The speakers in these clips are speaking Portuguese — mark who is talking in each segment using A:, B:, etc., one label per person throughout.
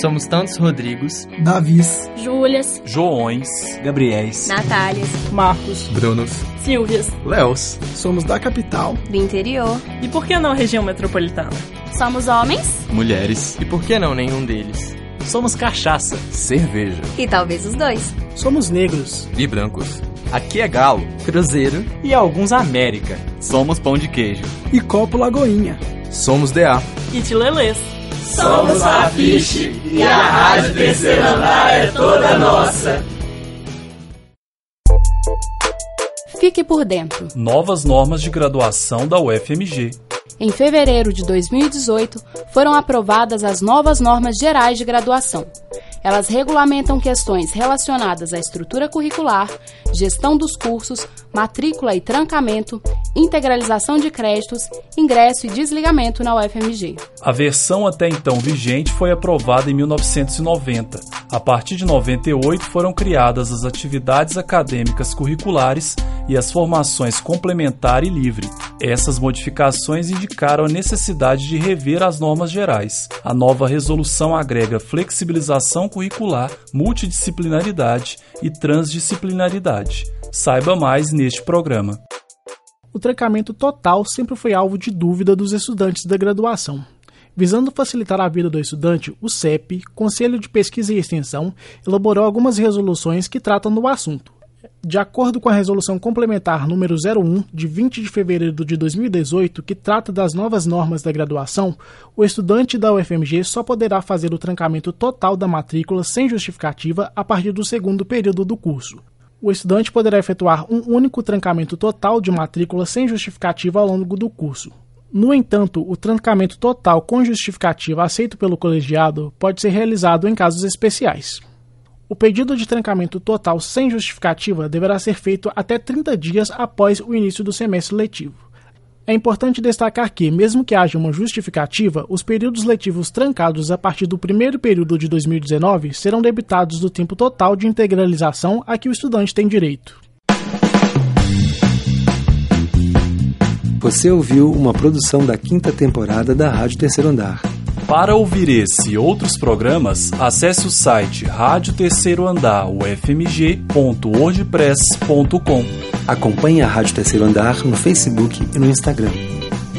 A: Somos tantos Rodrigos,
B: Davis,
C: Júlias,
D: Joões,
E: Gabriéis,
C: Natálias,
F: Marcos,
A: Brunos,
F: Silvias
A: Léos.
B: somos da capital,
C: do interior.
F: e por que não região metropolitana?
C: Somos homens
A: Mulheres. E por que não nenhum deles?
D: somos cachaça, cerveja.
C: e talvez os dois.
B: somos negros,
A: E brancos.
D: Aqui é galo
A: Cruzeiro.
D: e alguns América. Somos pão de queijo.
B: e copo Lagoinha.
A: Somos DA.
F: E de Lelês.
G: Somos a Fiche e a Rádio Terceiro Andar é toda nossa.
H: Fique por dentro.
I: Novas normas de graduação da UFMG.
H: Em fevereiro de 2018, foram aprovadas as novas normas gerais de graduação. Elas regulamentam questões relacionadas à estrutura curricular, gestão dos cursos, matrícula e trancamento, integralização de créditos, ingresso e desligamento na UFMG.
I: A versão até então vigente foi aprovada em 1990. A partir de 98 foram criadas as atividades acadêmicas curriculares e as formações complementar e livre. Essas modificações indicaram a necessidade de rever as normas gerais. A nova resolução agrega flexibilização curricular, multidisciplinaridade e transdisciplinaridade. Saiba mais neste programa.
B: O trancamento total sempre foi alvo de dúvida dos estudantes da graduação. Visando facilitar a vida do estudante, o CEP, Conselho de Pesquisa e Extensão, elaborou algumas resoluções que tratam do assunto. De acordo com a Resolução Complementar número 01, de 20 de fevereiro de 2018, que trata das novas normas da graduação, o estudante da UFMG só poderá fazer o trancamento total da matrícula sem justificativa a partir do segundo período do curso. O estudante poderá efetuar um único trancamento total de matrícula sem justificativa ao longo do curso. No entanto, o trancamento total com justificativa aceito pelo colegiado pode ser realizado em casos especiais. O pedido de trancamento total sem justificativa deverá ser feito até 30 dias após o início do semestre letivo. É importante destacar que, mesmo que haja uma justificativa, os períodos letivos trancados a partir do primeiro período de 2019 serão debitados do tempo total de integralização a que o estudante tem direito.
E: Você ouviu uma produção da quinta temporada da Rádio Terceiro Andar.
I: Para ouvir esse e outros programas, acesse o site rádio terceiro andar ufmg.wordpress.com.
E: Acompanhe a Rádio Terceiro Andar no Facebook e no Instagram.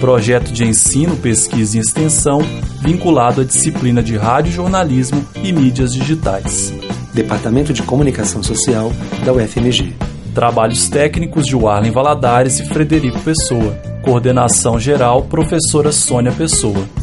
I: Projeto de ensino, pesquisa e extensão vinculado à disciplina de rádio jornalismo e mídias digitais.
E: Departamento de Comunicação Social da UFMG.
I: Trabalhos técnicos de Warlen Valadares e Frederico Pessoa. Coordenação geral, professora Sônia Pessoa.